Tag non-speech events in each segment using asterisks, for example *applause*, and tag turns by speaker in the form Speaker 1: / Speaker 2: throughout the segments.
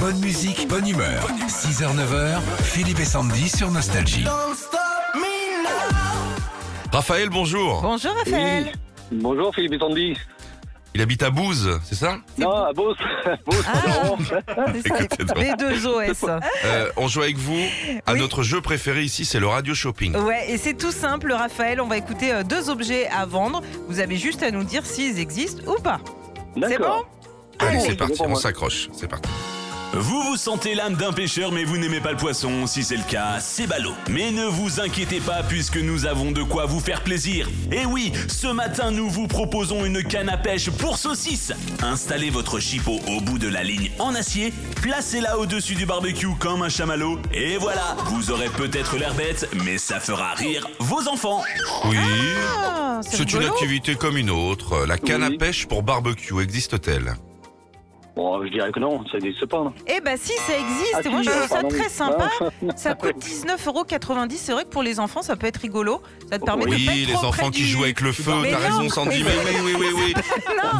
Speaker 1: Bonne musique, bonne humeur. 6h, 9h, Philippe et Sandy sur Nostalgie.
Speaker 2: Raphaël, bonjour.
Speaker 3: Bonjour
Speaker 4: Oui.
Speaker 3: Raphaël.
Speaker 4: Bonjour Philippe et Sandy.
Speaker 2: Il habite à Bouze, c'est
Speaker 3: *laughs*
Speaker 2: ça
Speaker 4: Non, à Beauce. *laughs* Beauce,
Speaker 3: Ah.
Speaker 4: pardon.
Speaker 2: Exactement.
Speaker 3: Les deux OS.
Speaker 2: Euh, On joue avec vous à
Speaker 3: Oui. Oh,
Speaker 2: notre jeu préféré ici, c'est le radio shopping.
Speaker 3: Ouais, et c'est tout simple, Raphaël. On va écouter euh, deux objets à vendre. Vous avez juste à nous dire s'ils existent ou pas. C'est bon
Speaker 4: D'accord.
Speaker 2: Allez,
Speaker 4: oui,
Speaker 2: Ah, c'est
Speaker 4: c'est
Speaker 2: parti,
Speaker 4: bon pour
Speaker 2: on
Speaker 4: moi.
Speaker 2: s'accroche. C'est parti.
Speaker 5: Vous vous sentez l'âme d'un pêcheur mais vous n'aimez pas le poisson, si c'est le cas, c'est ballot. Mais ne vous inquiétez pas puisque nous avons de quoi vous faire plaisir. Et oui, ce matin nous vous proposons une canne à pêche pour saucisse. Installez votre chipot au bout de la ligne en acier, placez-la au-dessus du barbecue comme un chamallow, et voilà, vous aurez peut-être l'air bête, mais ça fera rire vos enfants.
Speaker 2: Oui.
Speaker 3: Ah,
Speaker 2: C'est une
Speaker 3: rigolo.
Speaker 2: activité comme une autre. Euh, La canne
Speaker 4: Oui.
Speaker 2: à pêche pour barbecue existe-t-elle
Speaker 4: Bon, je dirais que non, ça n'existe pas. non.
Speaker 3: Eh ben si, ça existe.
Speaker 4: Ah,
Speaker 3: Et Moi,
Speaker 4: si,
Speaker 3: je trouve ça
Speaker 4: pardon.
Speaker 2: *laughs*
Speaker 3: très sympa.
Speaker 4: Non.
Speaker 3: Ça coûte 19,90€. C'est vrai que pour les enfants, ça peut être rigolo. Ça te permet de pas
Speaker 2: Oui,
Speaker 3: être
Speaker 2: les
Speaker 3: trop
Speaker 2: enfants
Speaker 3: près
Speaker 2: qui
Speaker 3: du-
Speaker 2: jouent avec le feu,
Speaker 3: Mais
Speaker 2: t'as
Speaker 3: non,
Speaker 2: raison Sandy,
Speaker 3: mais-
Speaker 2: mais oui, oui,
Speaker 3: *laughs*
Speaker 2: oui, oui.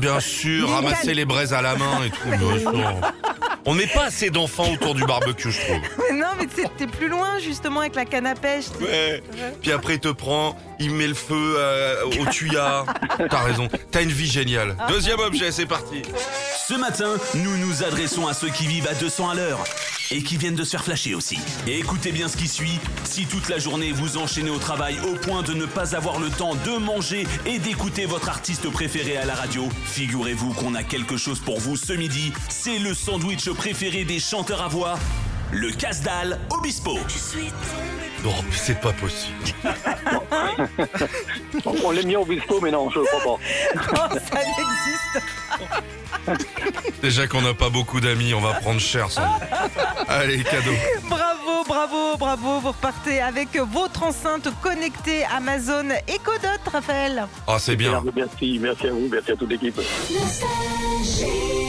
Speaker 2: Bien sûr,
Speaker 3: Mais
Speaker 2: ramasser
Speaker 3: t'as-
Speaker 2: les braises à la main et tout. non. On n'est pas assez d'enfants autour du barbecue, je trouve.
Speaker 3: Mais *laughs* non, mais t'es- t'es plus loin justement avec la canne à pêche.
Speaker 2: Ouais. Puis après, il te prend, il met le feu euh, au tuyau. T'as raison. T'as une vie géniale. Deuxième objet, c'est parti.
Speaker 5: Ce matin, nous nous adressons à ceux qui vivent à 200 à l'heure et qui viennent de se faire flasher aussi. Et écoutez bien ce qui suit. Si toute la journée vous enchaînez au travail au point de ne pas avoir le temps de manger et d'écouter votre artiste préféré à la radio, figurez-vous qu'on a quelque chose pour vous ce midi. C'est le sandwich préféré des chanteurs à voix, le casse-dalle Obispo.
Speaker 2: Non, mais c'est pas possible.
Speaker 4: On- On l'aime bien au bispo, mais non, je ne crois pas.
Speaker 3: Non,
Speaker 2: *laughs*
Speaker 3: ça n'existe.
Speaker 2: Déjà qu'on n'a pas beaucoup d'amis, on va prendre cher sans doute. Allez, cadeau.
Speaker 3: Bravo, bravo, bravo. Vous repartez avec votre enceinte connectée Amazon Echo Dot, Raphaël.
Speaker 2: Ah, c'est bien.
Speaker 4: Merci, merci à vous, merci à toute l'équipe.
Speaker 6: Nostalgie.